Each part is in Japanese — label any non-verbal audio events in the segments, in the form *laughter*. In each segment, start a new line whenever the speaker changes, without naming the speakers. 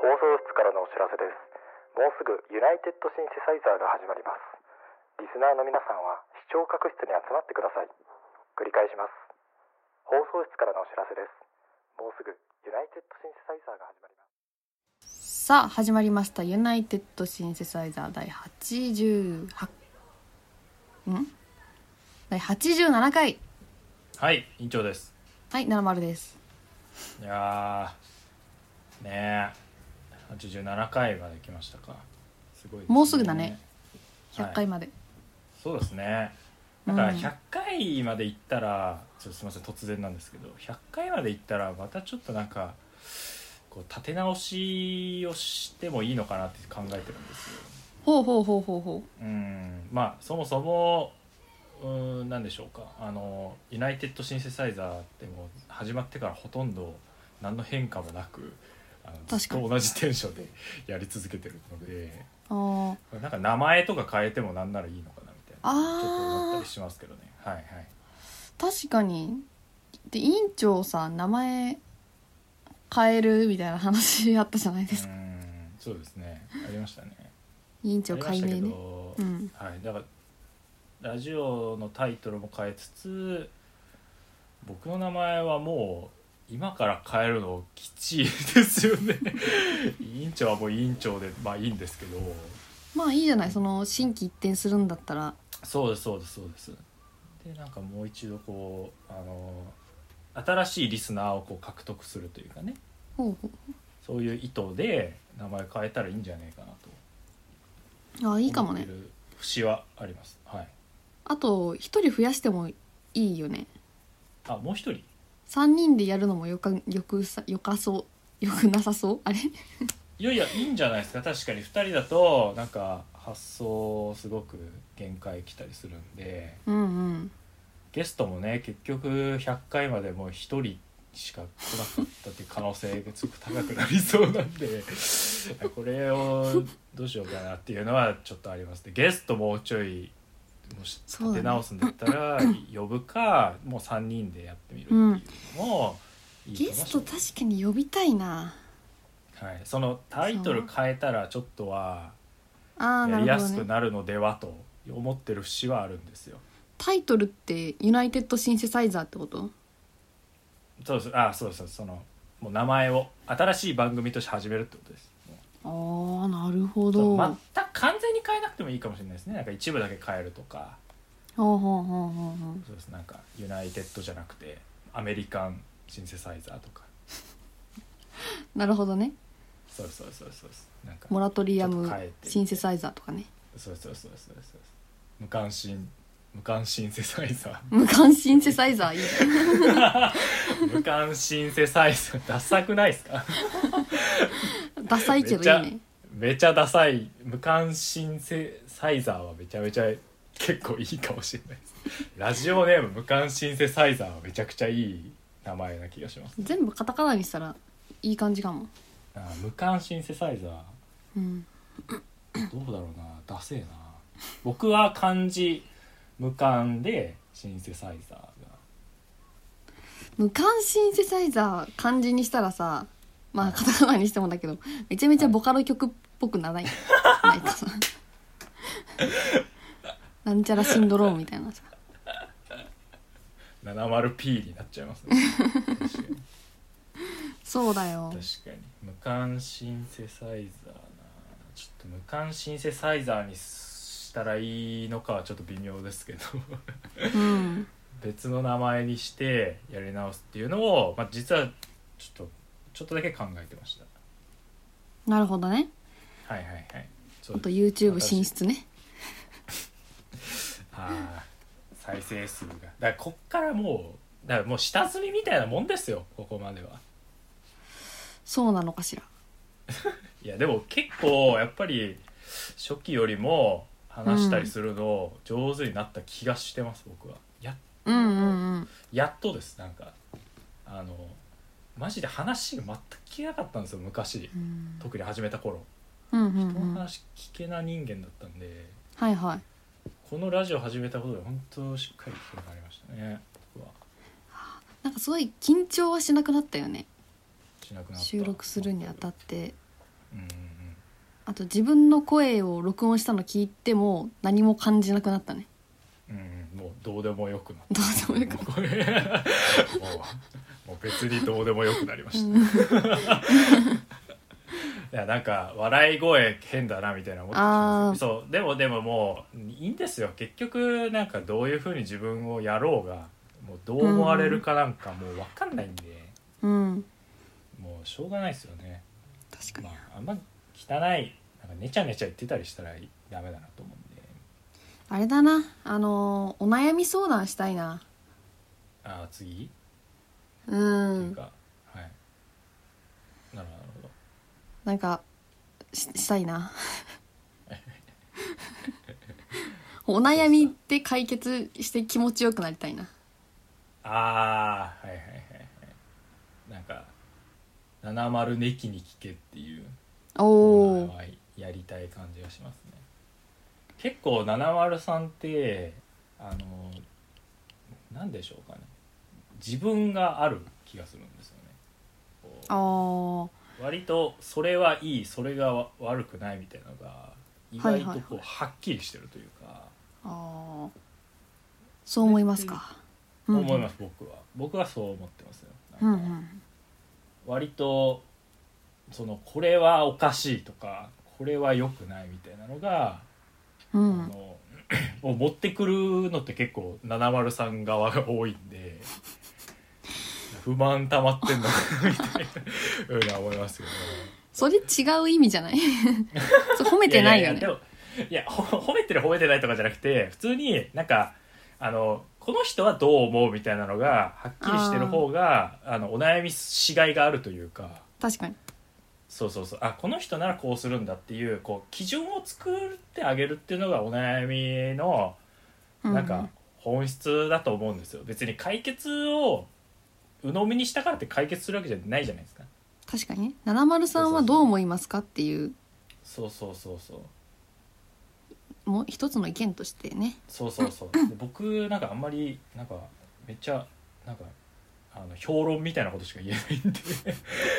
放送室からのお知らせですもうすぐユナイテッドシンセサイザーが始まりますリスナーの皆さんは視聴覚室に集まってください繰り返します放送室からのお知らせですもうすぐユナイテッドシンセサイザーが始まります
さあ始まりました「ユナイテッドシンセサイザー第88ん第87回
はい、院長です。
はい70です
いやー、ねえ、87回まで来ましたか。すごいですね
もうすぐだね。
はい
100回まで、
そうですね。
う
だ
ん
から100回まで行ったら、ちょっとすみません、突然なんですけど、100回まで行ったら、またちょっとなんか、こう立て直しをしてもいいのかなって考えてるんですよ。
ほうほうほうほうほ
うんまあそもそもうーん何でしょうかあのユナイテッドシンセサイザーってもう始まってからほとんど何の変化もなくあのず
確か
っ
に
と同じテンションでやり続けてるので
うあー
なんか名前とか変えてもなんならいいのかなみたい
あー
なちょっと思ったりしますけどねはいはい
確かにで院長さん名前変えるみたいな話あったじゃないで
う
すか、
んそうですねありましたね
院
あ
長
りま
解
したけ
明ね
ど、
うん
はい、だからラジオのタイトルも変えつつ僕の名前はもう今から変えるのきちいですよね委員長はもう委員長でまあいいんですけど
まあいいじゃないその心機一転するんだったら
そうですそうですそうですでなんかもう一度こうあの新しいリスナーをこう獲得するというかね
ほうほ
そういう意図で名前変えたらいいんじゃないかなと
うああいいかも
思っ
ね
てる節はありますはい
あと一人増やしてもいいよね
あもう一人
三人でやるのもよかよくさよかそうよくなさそうあれ
いやいやいいんじゃないですか確かに2人だとなんか発想すごく限界きたりするんで
うんうん
ゲストもね結局100回までもう1人しか来なかったっていう可能性がすごく高くなりそうなんで *laughs* これをどうしようかなっていうのはちょっとありますねゲストもうちょいもし
そうだね
立て直すんだったら呼ぶかもう3人でやってみるっていうのもいいか
ゲ
もしれない
スト確かに呼びたいな
はい、そのタイトル変えたらちょっとは
あー
や
な
り
る
や
ほど
すく
ね
なるのではと思ってる節はあるんですよ。
タイトルってユナイテッドシンセサイザーってこと
そうですあそうですそのもう名前を新しい番組として始めるってことです。も
あーなるほ
うち
ど、
ょっと全く完全に変えなくてもいいかもしれないですね。なんか一部だけ変えるとか、
ほうほうほうほうほう
そうですなんかユナイテッドじゃなくてアメリカンシンセサイザーとか、
なるほどね
そうですそうですそうですそうです。なんか
モラトリアム
ちょっと変えてみて
シンセサイザーとかね
そうですそうですそうですそうですそうです。無関心無関シンセサイザー。
無感シンセサイザーいいじ
*laughs*
ゃん
無関シンセサイザーダサくないですか？
ダサいけどいい
めっ
ね
ちめちゃダサい無関心セサイザーはめちゃめちゃ結構いいかもしれないですラジオネーム無関心セサイザーはめちゃくちゃいい名前な気がします
全部カタカナにしたらいい感じかも
あー無関心セサイザ
うん
ーどうだろうなダセえな僕は漢字無関でシンセサイザーが
無感シンセサイザー漢字にしたらさまあカタカナにしてもだけどめちゃめちゃボカロ曲っぽくならない *laughs* ないかさなんちゃらシンドロームみたいなさ
70P になっちゃいますね確かに
そうだよ
確かに無感シンセサイザーなちょっと無感シンセサイザーにしたらいいのかはちょっと微妙ですけど *laughs*
うん
別の名前にしてやり直すっていうのを、まあ、実はちょっとちょっとだけ考えてまし
なるほどね
たはいはいはいそ
あ
う
と
です
YouTube 進出ね
あー再生数がだからこっからもうだからもう下積みみたいなもんですよここまでは
そうなのかしら
いやでも結構やっぱり初期よりも話したりするの上手になった気がしてます、僕はや
うんうんうん
やっとですなんかあのマジで話が全く聞けなかったんですよ昔
うん
特に始めた頃
うんうんう
この
ん
話聞けな人間だったんで
はいはい
このラジオ始めたことで本当しっかり聞けなくなりましたね僕は
なんかすごい緊張はしなくなったよね
しなくなった
収録するにあたって
うんうん
あと自分の声を録音したの聞いても何も感じなくなったね
うんうんもうどうでもよくなっ
どうでもよく
たもうもう別にどうでもよくなりました、いやなんか笑い声変だなみたいな思ってしまう
あー
そうでもでももういいんですよ結局なんかどういうふうに自分をやろうがもうどう思われるかなんかもう分かんないんで、
うん
もうしょうがないですよね
確かに
まああんま汚いなんかネチャネチャ言ってたりしたらダメだなと思うんで
あれだなあのーお悩み相談したいな
ああ次
う
というんか、はいなるほどなるほど
なんかししたい
*laughs*
なお悩みで解決して気持ちよくなりたいな
ああはいはいはいはいなんか「七丸ネキに聞け」っていう
お
の
お
はやりたい感じがしますね結構七丸さんってあのなんでしょうかね自分がある気がするんですよねこ
あ
う割とそれはいいそれがわ悪くないみたいなのが意
はいは
外
いはい
とこうはっきりしてるというか、
ーあーそう思いますか
思いますす僕は僕はそう思ってますよ
う
なんん
う
か
ん
割とそのこれはおかしいとかこれは良くないみたいなのが、
う
あ
ん
の *clears throat* を持ってくるのって結構703側が多いんで *laughs* 不満溜まってんのかな *laughs* みたいなふうには思いますけど、
それ違う意味じゃない
*laughs*
それ褒めてないよね
やややでもいやほ褒めてる褒めてないとかじゃなくて普通になんかあのこの人はどう思うみたいなのがはっきりしてる方があのお悩みしがいがあるというか
確かに
そうそうそうあこの人ならこうするんだっていうこう基準を作ってあげるっていうのがお悩みの
うん
なんか本質だと思うんですよ別に解決を鵜呑みにしたからって解決するわけじゃないじゃないですか
確かにね70さんはどう思いますかっていう
そうそうそうそう
もう一つの意見としてね
そうそうそうで僕なんかあんまりなんかめっちゃなんかあの評論みたいなことしか言えないんで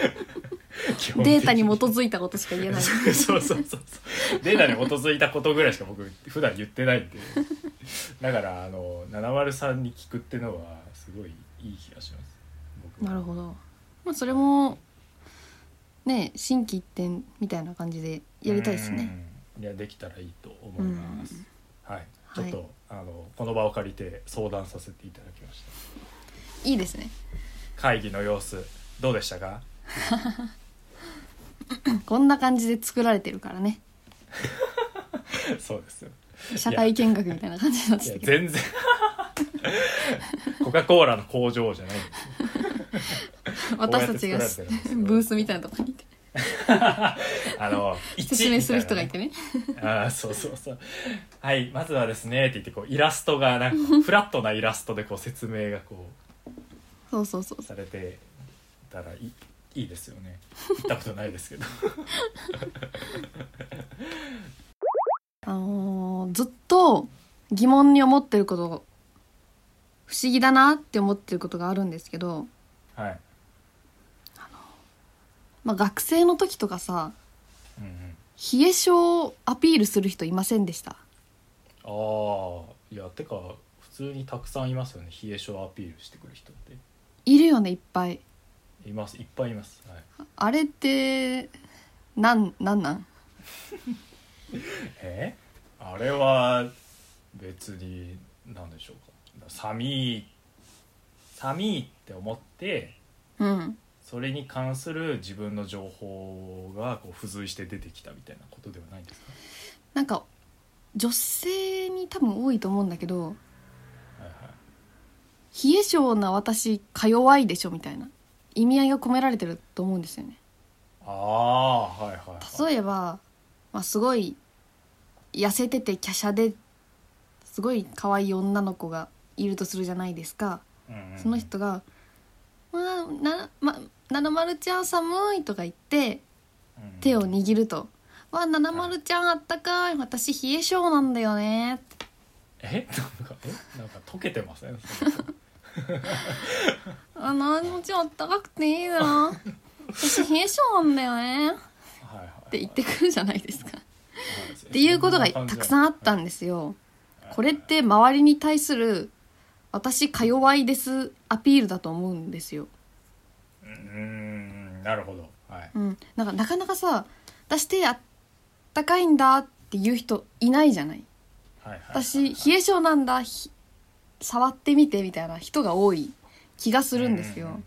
*laughs* 基本的
データに基づいたことしか言えない
*laughs* そうそうそうそうデータに基づいたことぐらいしか僕普段言ってないんでだからあの703に聞くってのはすごいいい気がします僕は
なるほどまあそれもね心機一転みたいな感じでやりたいですね
うんいやできたらいいと思います、はいちょっと、
はい
あのこの場を借りて相談させていただきました
いいですね
会議の様子どうでしたか
こんな感じで作られてるからね
そうですよ。
社会見学みたいな感じになって
い
た
や
けど
全然
*laughs*
コカ・コーラの工場じゃないんです
*laughs*
よ
私たちが
こうやって作られてるんですよ
*laughs* ブースみたいなところにいて
あの
説明する人がい
て
てね
ああそうそうそうはいまずはですねって言ってこうイラストがなんかフラットなイラストでこう説明がこ
そうそうそう
うされてたらいいいいですよ *laughs* ね行ったことないですけど
あのーずっと疑問に思ってること不思議だなって思ってることがあるんですけど、
はい、
まあ、学生の時とかさ
うんうん、
冷え性をアピールする人いませんでした
ああいやてか普通にたくさんいますよね冷え性アピールしてくる人って
いるよねいっぱい
いますいっぱいいます、はい、
あれってなんなんなん
えあれは別に何でしょうか寒い寒いって思って
うん
それに関する自分の情報がこう付随して出てきたみたいなことではないんですか、
なんか女性に多分多いと思うんだけど
はいはい、
冷え性な私か弱いでしょみたいな意味合いが込められてると思うんですよね
ああはいはいはい
例えば、まあ、すごい痩せてて華奢ですごい可愛い女の子がいるとするじゃないですか
うんうん
その人が「まあなまななまるちゃん寒い」とか言って手を握ると「わあななまるちゃんあったかい私冷え性なんだよね」
え *laughs* なんかえなんか溶けてません
あ *laughs* なもちろんあったかくていいな私冷え性なんだよね
はいはい
って言ってくるじゃないですか。
っ
っていうことがたくさんあった
で
んですよ。これって周りに対する私か弱いですアピールだと思うんですよ。
うーんなるほどはい
うん、なんかなかなかさ私手あったかいんだっていう人いないじゃない。
はいはい
私冷え性なんだひ触ってみてみたいな人が多い気がするんです
う
よ
ん。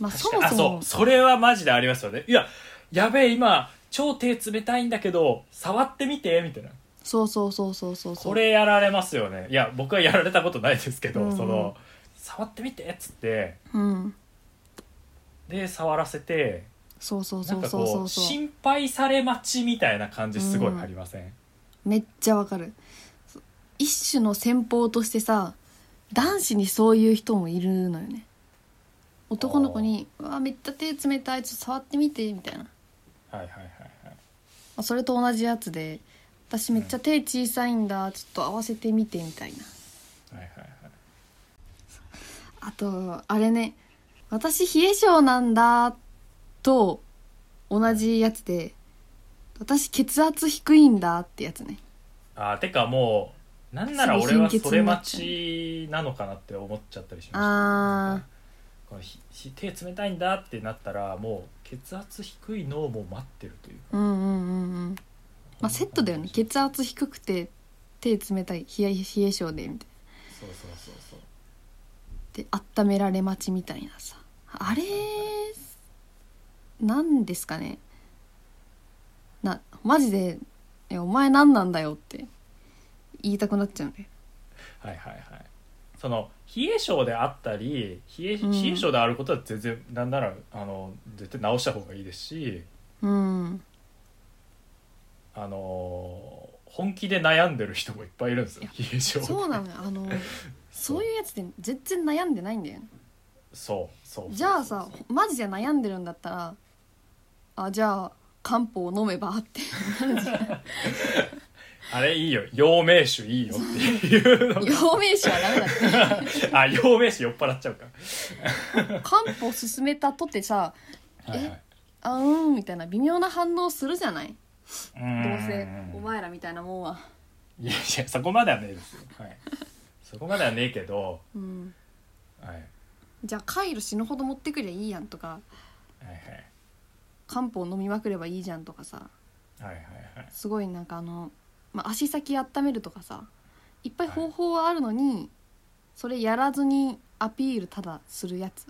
まあそも
あ
そ
そ
も
うそれはマジでありますよねいややべえ今超手冷たいんだけど触ってみてみたいな
そうそうそうそうそうそう
これやられますよねいや僕はやられたことないですけど、
うんうん
その触ってみてっつって
うん
で触らせて
そうそう
な
そ
ん
う
か
そう
こ
そううそう
心配され待ちみたいな感じすごいありません、
めっちゃわかるそ一種の戦法としてさ男子にそういう人もいるのよね男の子に「うわめっちゃ手冷たいちょっと触ってみて」みたいな、ま
はいはいはいはい
あ、それと同じやつで「私めっちゃ手小さいんだちょっと合わせてみて」みたいな
はいはいはい
あとあれね「私冷え性なんだ」と同じやつで「私血圧低いんだ」ってやつね
あーてかもうなんなら俺は
すぐ貧血
それ
になっちゃう
待ちなのかなって思っちゃったりしました
あ
このひひ手冷たいんだってなったらもう血圧低いのをもう待ってるという
ーうんうんうんうんまあセットだよね血圧低くて手冷たい冷え冷え性でみたい
そうそうそうそう
なで温められ待ちみたいなさあれなんですかねなマジで「えお前何なんだよ」って言いたくなっちゃうんだよ
はいはいはいその冷え性であったり冷え,、
うん
冷え性であることは全然なんならあの絶対直した方がいいですし
うん
あの本気で悩んでる人もいっぱいいるんですよ冷え性
そうなのよあのそういうやつで全然悩んでないんだよね
そうそうそう
じゃあさ
そう
マジで悩んでるんだったらあじゃあ漢方を飲めばって
あれいいよ陽明酒いいよってい
*laughs*
うの
陽明酒はダメだって
あ陽明酒酔っ払っちゃうか
漢方勧めたとてさ
らはいはい
あうんみたいな微妙な反応するじゃないどうせ
ん
お前らみたいなもんはい
やいやそこまではねえですよ、はい、そこまではねえけど、
うん
はい、はい
じゃあカイロ死ぬほど持ってくりゃいいやんとか漢方飲みまくればいいじゃんとかさ
はいはいはいはい
すごいなんかあの、まあ、足先温めるとかさいっぱい方法はあるのに、それやらずにアピールただするやつ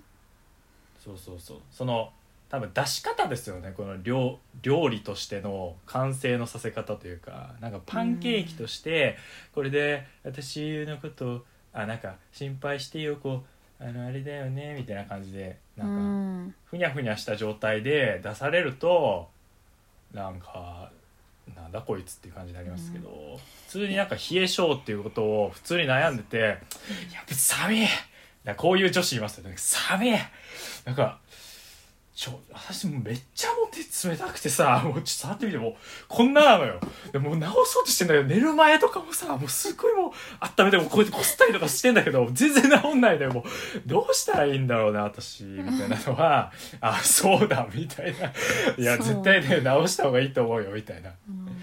そうそうそうその多分出し方ですよねこの料料理としての完成のさせ方というかなんかパンケーキとしてこれで私のことあなんか心配してよこうあのあれだよねみたいな感じで
う
なんか、
ん
ふにゃふにゃした状態で出されるとなんかなんだこいつっていう感じになりますけど、普通になんか冷え性っていうことを普通に悩んでて *laughs* 「いやっぱ寒い!」なんかこういう女子いますよね「寒い!」なんかちょ私もうめっちゃもう手冷たくてさもうちょっと触ってみてもうこんななのよでもう直そうとしてんだけど寝る前とかもさもうすごいもう温めてもこうやってこすったりとかしてんだけど全然直んないでもうどうしたらいいんだろうな私みたいなの
*laughs*
はあそうだみたいないや
そう
絶対ね直した方がいいと思うよみたいな *laughs*
うん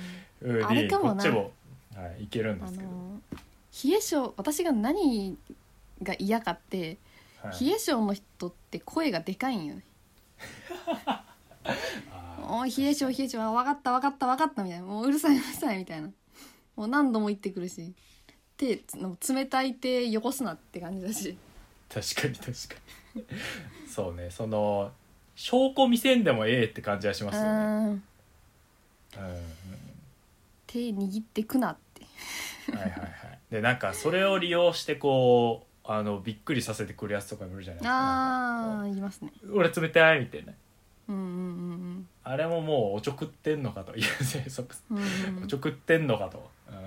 ふう
あれ
に
か
こ
も
っ
な
ちも、はい、いけるんで
あ
すけど、
の冷え性私が何が嫌かって、
はい
冷え性の人って声がでかいんよ
*laughs*
ね「
あ
おい冷え性冷え性あ分かった分かった分かった」みたいな「もううるさいうるさい」みたいなもう何度も言ってくるし手つもう冷たい手汚すなって感じだし
ー確かに確かにそうねその証拠見せんでもええって感じはし
う
ますよね
ーん
うん
手握ってくなって
はいはいはいでなんかそれを利用してこうあのびっくりさせてくるやつとかもいるじゃないですか
あ
なんか
ー言いますね
こう俺冷たいみたいな
うんうんうん
あれももうおちょくってんのかといやそう
うんうんう
お
ん
ちょくってんのかとうんっ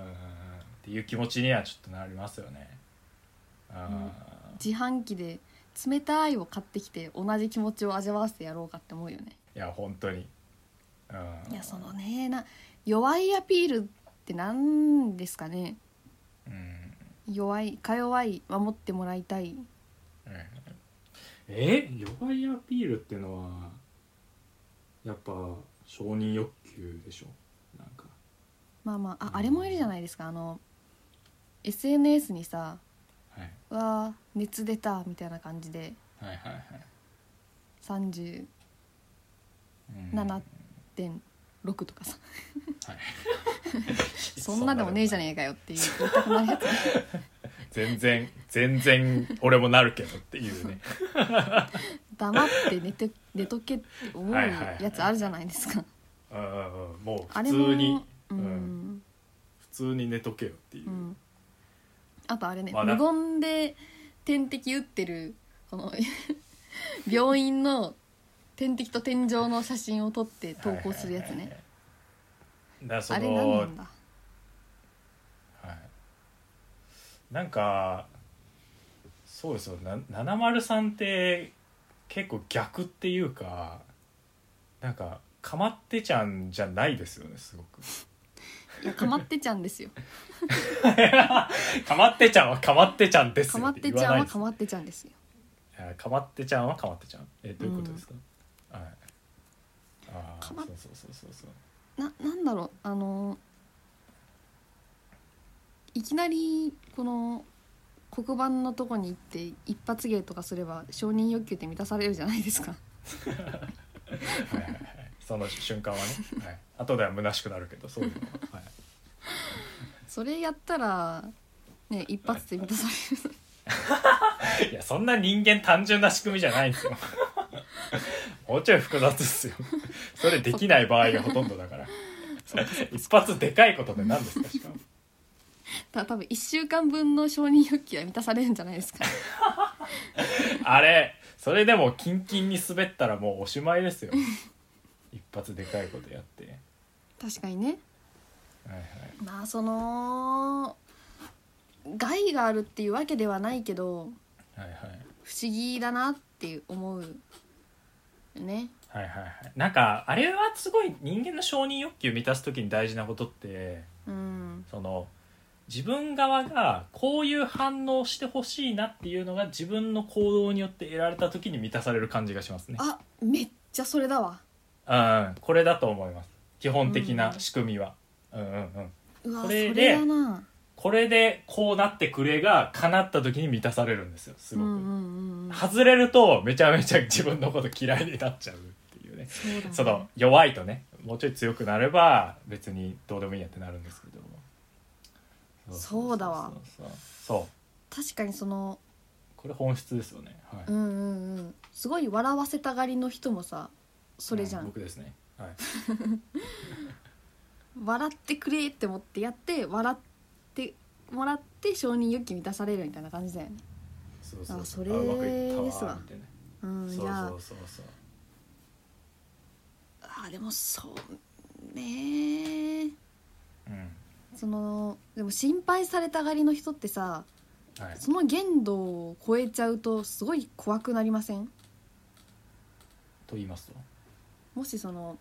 ていう気持ちにはちょっとなりますよねあー
自販機で冷たいを買ってきて同じ気持ちを味わわせてやろうかって思うよね
いや本当にうん
いやそのねな弱いアピールって何ですかね
うん
弱いか弱い守ってもらいたい
え弱いアピールってのはやっぱ承認欲求でしょなんか
まあまあああれもいるじゃないですかあの SNS にさ
はい
「うわー熱出た」みたいな感じで
はいはいはい
37.6
うん *laughs*
と *laughs* かさ
はい
そんなでもねえじゃねえかよっていう言いたくなるやつ
全然全然俺もなるけどってい
*laughs*
うね
黙って寝て寝とけって思うやつあるじゃないです *laughs* か
うんうんうんもう
あ
普
れ
通
も
に、
う
うん
ん、
普通に寝とけよっていう、
うん、あとあれね、
まあだ
無言で点滴打ってるこの *laughs* 病院の点滴と天井の写真を撮って投稿するやつね、
だからそ
あれ何
の
なんだ
はい、なんかそうですよな703って結構逆っていうかなんかかまってちゃんじゃないですよねすごく *laughs*
いやかまってちゃんですよ
かまってちゃんはかまってちゃん *laughs* です
か
よ
ま
っ
ってて
言
ち
わ
ゃ
な
は
んいです
かまってちゃんですよ
あかまってちゃんはかまってちゃんえどういうことですか、はいああ
か
そう
まっ
そうそうそうそう
ななんだろうあのいきなりこの黒板のとこに行って一発芸とかすれば承認欲求って満たされるじゃないですか
はいはいはいその瞬間はね、はい、後では虚しくなるけどそういうのは、はい、
それやったらね一発で満たされる
いやそんな人間単純な仕組みじゃないんですよもうちょい複雑ですよそれできない場合がほとんどだから一発でかいことって何ですかしかも
た多分1週間分の承認欲求は満たされるんじゃないですか
あれそれでもキンキンに滑ったらもうおしまいですよ一発でかいことやって
*laughs* 確かにね
はいはい
まあその害があるっていうわけではないけど
はいはい
不思議だなって思うよね
はいはいはいなんかあれはすごい人間の承認欲求を満たす時に大事なことって
うん
その自分側がこういう反応をしてほしいなっていうのが自分の行動によって得られた時に満たされる感じがしますね。
あめっちゃそれだわ
うん、これだと思います。基本的な仕組みは。うんうんうん。
うわ
こ
そ
れで
れだな
これでこうなってくれが叶った時に満たされるんですよ。す
うん
ご
う
く。
んうん
外れるとめちゃめちゃ自分のこと嫌いになっちゃうっていうね。
そうだね
その弱いとね、もうちょい強くなれば別にどうでもいいやってなるんですけど。
そうだわ
そうそうそう。そう
確かにその
これ本質ですよね。はい。
うんうんうんすごい笑わせたがりの人もさそれじゃ、
うん僕ですね。はい。
笑ってくれって思ってやって笑ってもらって承認欲求満たされるみたいな感じだよね
そう
あそれ
あうまくいった
ですわ
みたいな
うん
そ
いうや
そうそうそう。
あでもそうね
うん。
そのでも心配されたがりの人ってさ
はい。
その限度を超えちゃうとすごい怖くなりません
と言いますと。
もしその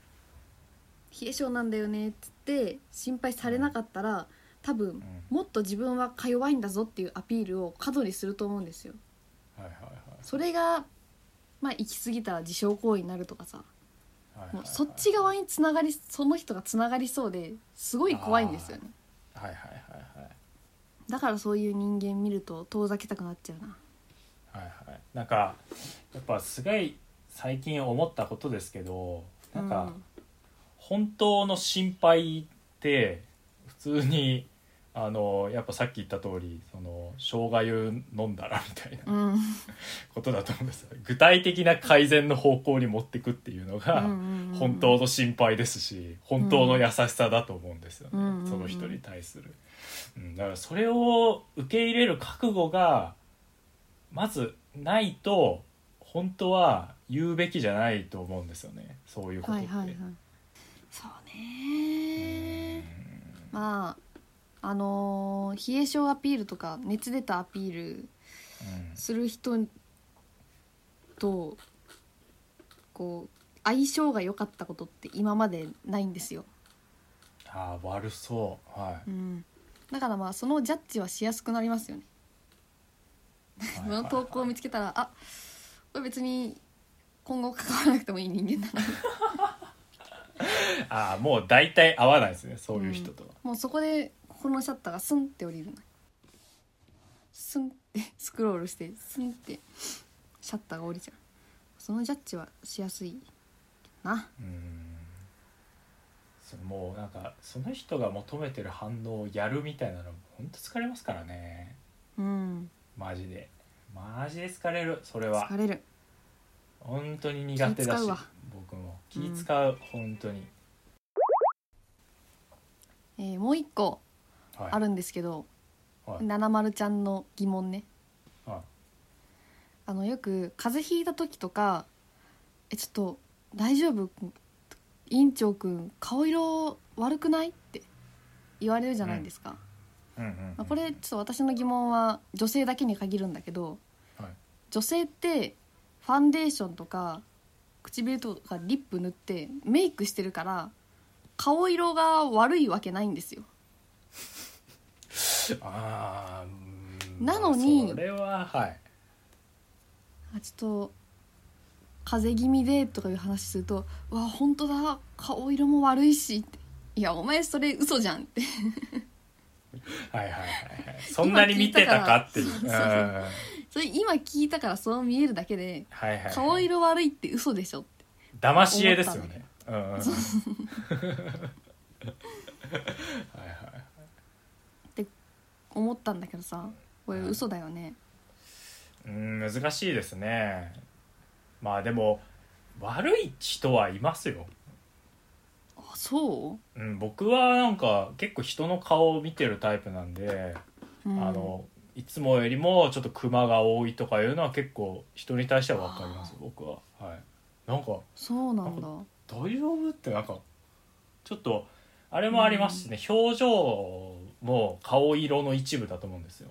冷え性なんだよねっつって心配されなかったら多分
うん。
もっと自分はか弱いんだぞっていうアピールを過度にすると思うんですよ
はいはいはい。
それがまあ行き過ぎたら自傷行為になるとかさ
はいはい
もう
はい
そっち。側につながりその人がつながりそうですごい怖いんですよね
はいはいはいはい。
だからそういう人間見ると遠ざけたくなっちゃうな
はいはい。なんか。やっぱすごい。最近思ったことですけど。なんか。本当の心配って普通にあのやっぱさっき言った通りその生姜湯飲んだらみたいな
うん、うん
ことだと思うんですよ具体的な改善の方向に持ってくっていうのが、
うんうん
本当の心配ですし本当の優しさだと思うんですよね、
うんうんうん
その人に対する、うん、だからそれを受け入れる覚悟がまずないと本当は言うべきじゃないと思うんですよねそういうことっ
は
て、
いはいはいそうねまああのー冷え性アピールとか熱出たアピール
うん
する人とこう相性が良かったことって今までないんですよ、
ああ悪そうは
うん、だからまあそのジャッジはしやすくなりますよね *laughs*
い
その投稿を見つけたらあ
*laughs*
これ別に今後関わらなくてもいい人間だな
ああもう大体合わないですねそういう人とは、
もうそこでこのシャッターがスンって降りるのスンってスクロールしてスンってシャッターが降りちゃうそのジャッジはしやすいな
うーんそのもうなんかその人が求めてる反応をやるみたいなのほんと疲れますからね
うん
マジでマジで疲れるそれは
疲れる
本当に苦手だ
気使
し
うわ
僕も気使う、本当に、
えーもう一個
はい、
あるんですけど、
はい
ななまるちゃんの疑問ね
はい
あのよく風邪ひいた時とか「えちょっと大丈夫院長くん顔色悪くない?」って言われるじゃないですか、
うんうんう
まあ
ん
これちょっと私の疑問は女性だけに限るんだけど、
はい
女性ってファンデーションとか唇とかリップ塗ってメイクしてるから顔色が悪いわけないんですよ
あーうーん
なのに
まあそれははい
あちょっと風邪気味でとかいう話すると「うわ本当だ顔色も悪いし」って「いやお前それ嘘じゃん」って *laughs*
はいはいはいはいそんなに見てたかっていう
*laughs* 今聞
う
い
ん
たか
はい
らそれ今聞いたからそう見えるだけで
はいはい
顔色悪いって嘘でしょって
騙し絵ですよね。うんうんうんはいはい
思ったんだけどさこれ嘘だよね、
うん難しいですね。まあでも悪い人はいますよ。
あそう
うん僕はなんか結構人の顔を見てるタイプなんで、
うん
あのいつもよりもちょっとクマが多いとかいうのは結構人に対してはわかります僕は。はい。なんか
そうなんだ
大丈夫ってなんかちょっとあれもありますしね、表情も顔色の一部だと思うんですよ。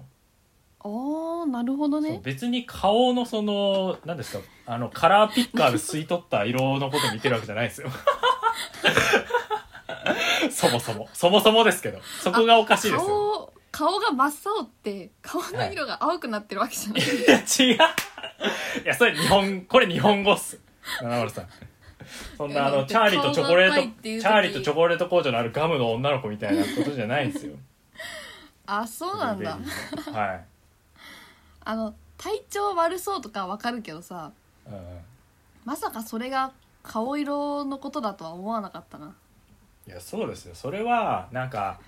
あーなるほど
そう
ね
別に顔のその何ですかあのカラーピッカーで吸い取った色のこと見てるわけじゃないですよ *laughs* そもそもそもそもですけどそこがおかしいですよ
顔顔が真っ青って顔の色が青くなってるわけじゃない、
いや違ういやそれ日本これ日本語っす七丸さんそんなあ
いや
のチャーリーとチョコレー
顔が赤いっていう
ト
時
チャーリーとチョコレート工場のあるガムの女の子みたいなことじゃないんですよ
あそうなんだ
は
あの体調悪そうとかわかるけどさ
い、うん、
まさかそれが顔色のことだとは思わなかったない
やそうですよそれはなんか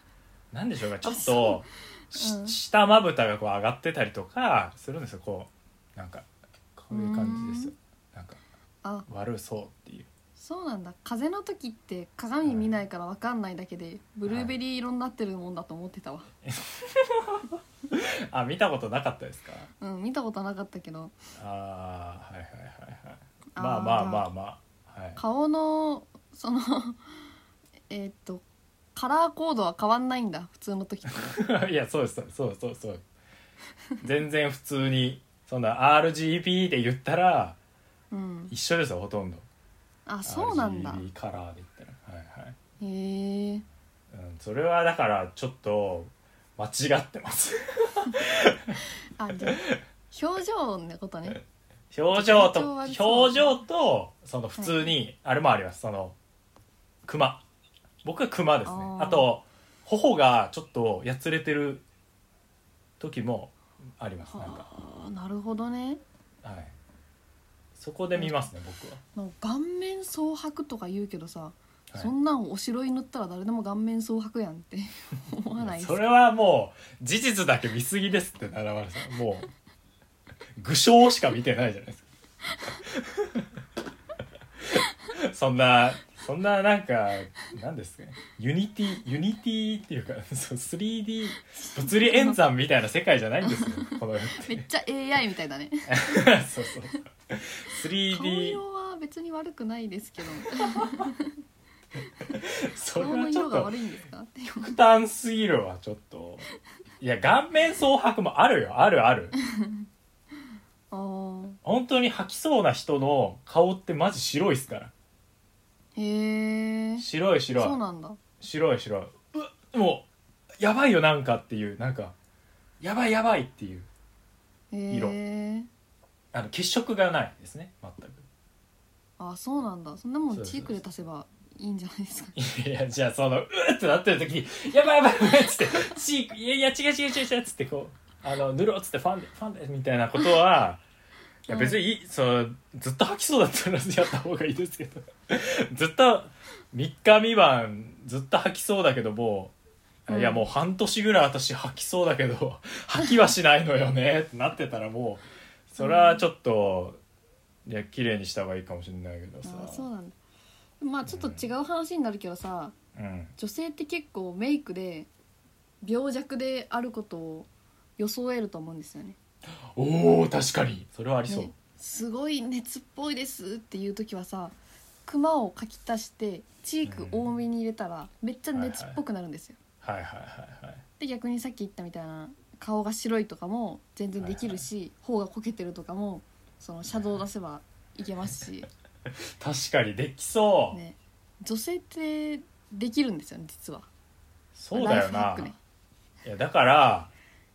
なんでしょうかちょっ
そ
と、
うん
し下まぶたがこう上がってたりとかするんですよこうなんかこういう感じですよなんか
あ
悪そうっていう
そうなんだ風邪の時って鏡見ないからわかんないだけで、ブルーベリー色になってるもんだと思ってたわ、
あ見たことなかったですか
うん見たことなかったけど
ああはいはいはいはい
あー
まあまあまあまあはい
顔のその *laughs* えーっとカラーコードは変わんないんだ普通の時と
*laughs* いやそうですそうですそうですそうです全然普通にそんな RGB で言ったら
うん
一緒ですよほとんど
あそうなんだ
RGB カラーで言ったらはいはい
へえ
うん、それはだからちょっと間違ってます
*laughs* あじゃあ表情のことね
表情と
表情悪そう
表情とその普通にあれもありますその熊僕は熊ですね
あー
あと頬がちょっとやつれてる時もありますなんか、
ああなるほどね
はい、そこで見ますね僕は、
なんか顔面蒼白とか言うけどさ、
はい
そんなんお城に塗ったら誰でも顔面蒼白やんって *laughs* 思わない
それはもう事実だけ見すぎですって七丸さんもう具象しか *laughs* 見てないじゃないですかそんなそんななんか何ですかねユニティユニティっていうかそう 3D 物理演算みたいな世界じゃないんですよこの世っ
め
て
っちゃ AI みたいだね
そうそう
顔
3D
色は別に悪くないですけど
それ
顔の
はちょ
色
っ
が
と
悪いんですか *laughs* っていう
極端すぎるわちょっといや顔面蒼白もあるよあるある
あー
本当に吐きそうな人の顔ってマジ白いっすから
へえ
白い白い
そうなんだ
白い白いうわもうやばいよなんかっていうなんかやばいやばいっていう
へえ
あの血色がないですね全く
あそうなんだそんなも
そ
ん
うそう
チークで出せばいいんじゃないですか
いやじゃあそのうーってなってる時に「やばいやばいやばい」っつって「チークいやいや違う違う違う違う」っつってこう「あの塗ろう」っつって「ファンでファンで」みたいなことは。いや別にいい、そのずっと吐きそうだったらやった方がいいですけど *laughs* ずっと3日未満ずっと吐きそうだけどもう、
うん
いやもう半年ぐらい私吐きそうだけど *laughs* 吐きはしないのよねってなってたらもうそれはちょっと、いや綺麗にした方がいいかもしれないけどさ
あそうなんだまあちょっと違う話になるけどさ
うん、
女性って結構メイクで病弱であることを装えると思うんですよね
おお確かにそれはありそう、
ねすごい熱っぽいですっていう時はさクマをかき足してチーク多めに入れたらめっちゃ熱っぽくなるんですよ、
はいはいはいはい
で逆にさっき言ったみたいな顔が白いとかも全然できるし、頬がこけてるとかもそのシャドウ出せばいけますし、
確かにできそう、
ね、女性ってできるんですよね実は
そうだよ
ライフハッ
な、
クね
いやだから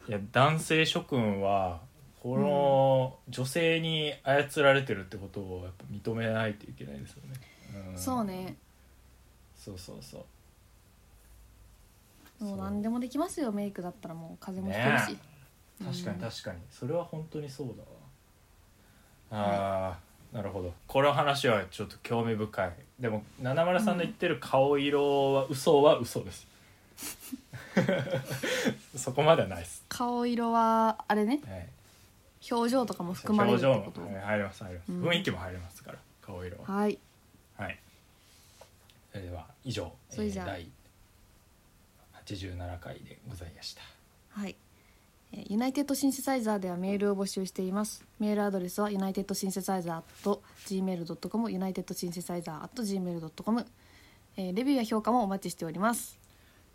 いや男性諸君はこの女性に操られてるってことをやっぱ認めないといけないですよね、ん
そうね
そうそうそう
もう
そう
何でもできますよメイクだったらもう風邪も
ね
ひけるし、うん
確かに確かにそれは本当にそうだわあーなるほどこの話はちょっと興味深いでも七丸さんの言ってる顔色は嘘は嘘です
*laughs*
そこまではないです、
顔色はあれね
はい、
表情とかも含まれるっ
表
て
情
こ
も
と
はい入ります入ります、
うん
雰囲気も入りますから顔色は
はい
はいそれでは以上
それじゃあ
えー第87回でございました
はい。えーユナイテッドシンセサイザーではメールを募集しています。メールアドレスはユナイテッドシンセサイザーと gmail.com、ユナイテッドシンセサイザーと gmail.com、えーレビューや評価もお待ちしております。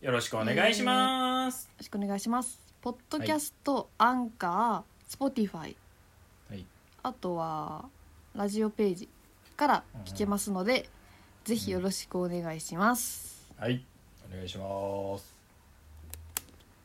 よ
よろしくお願いします、
ろしくお願いします。ポッドキャスト、アンカー、スポティファイ、
はい
あとはラジオページから聞けますので、ぜひよろしくお願いします。
はいお願いします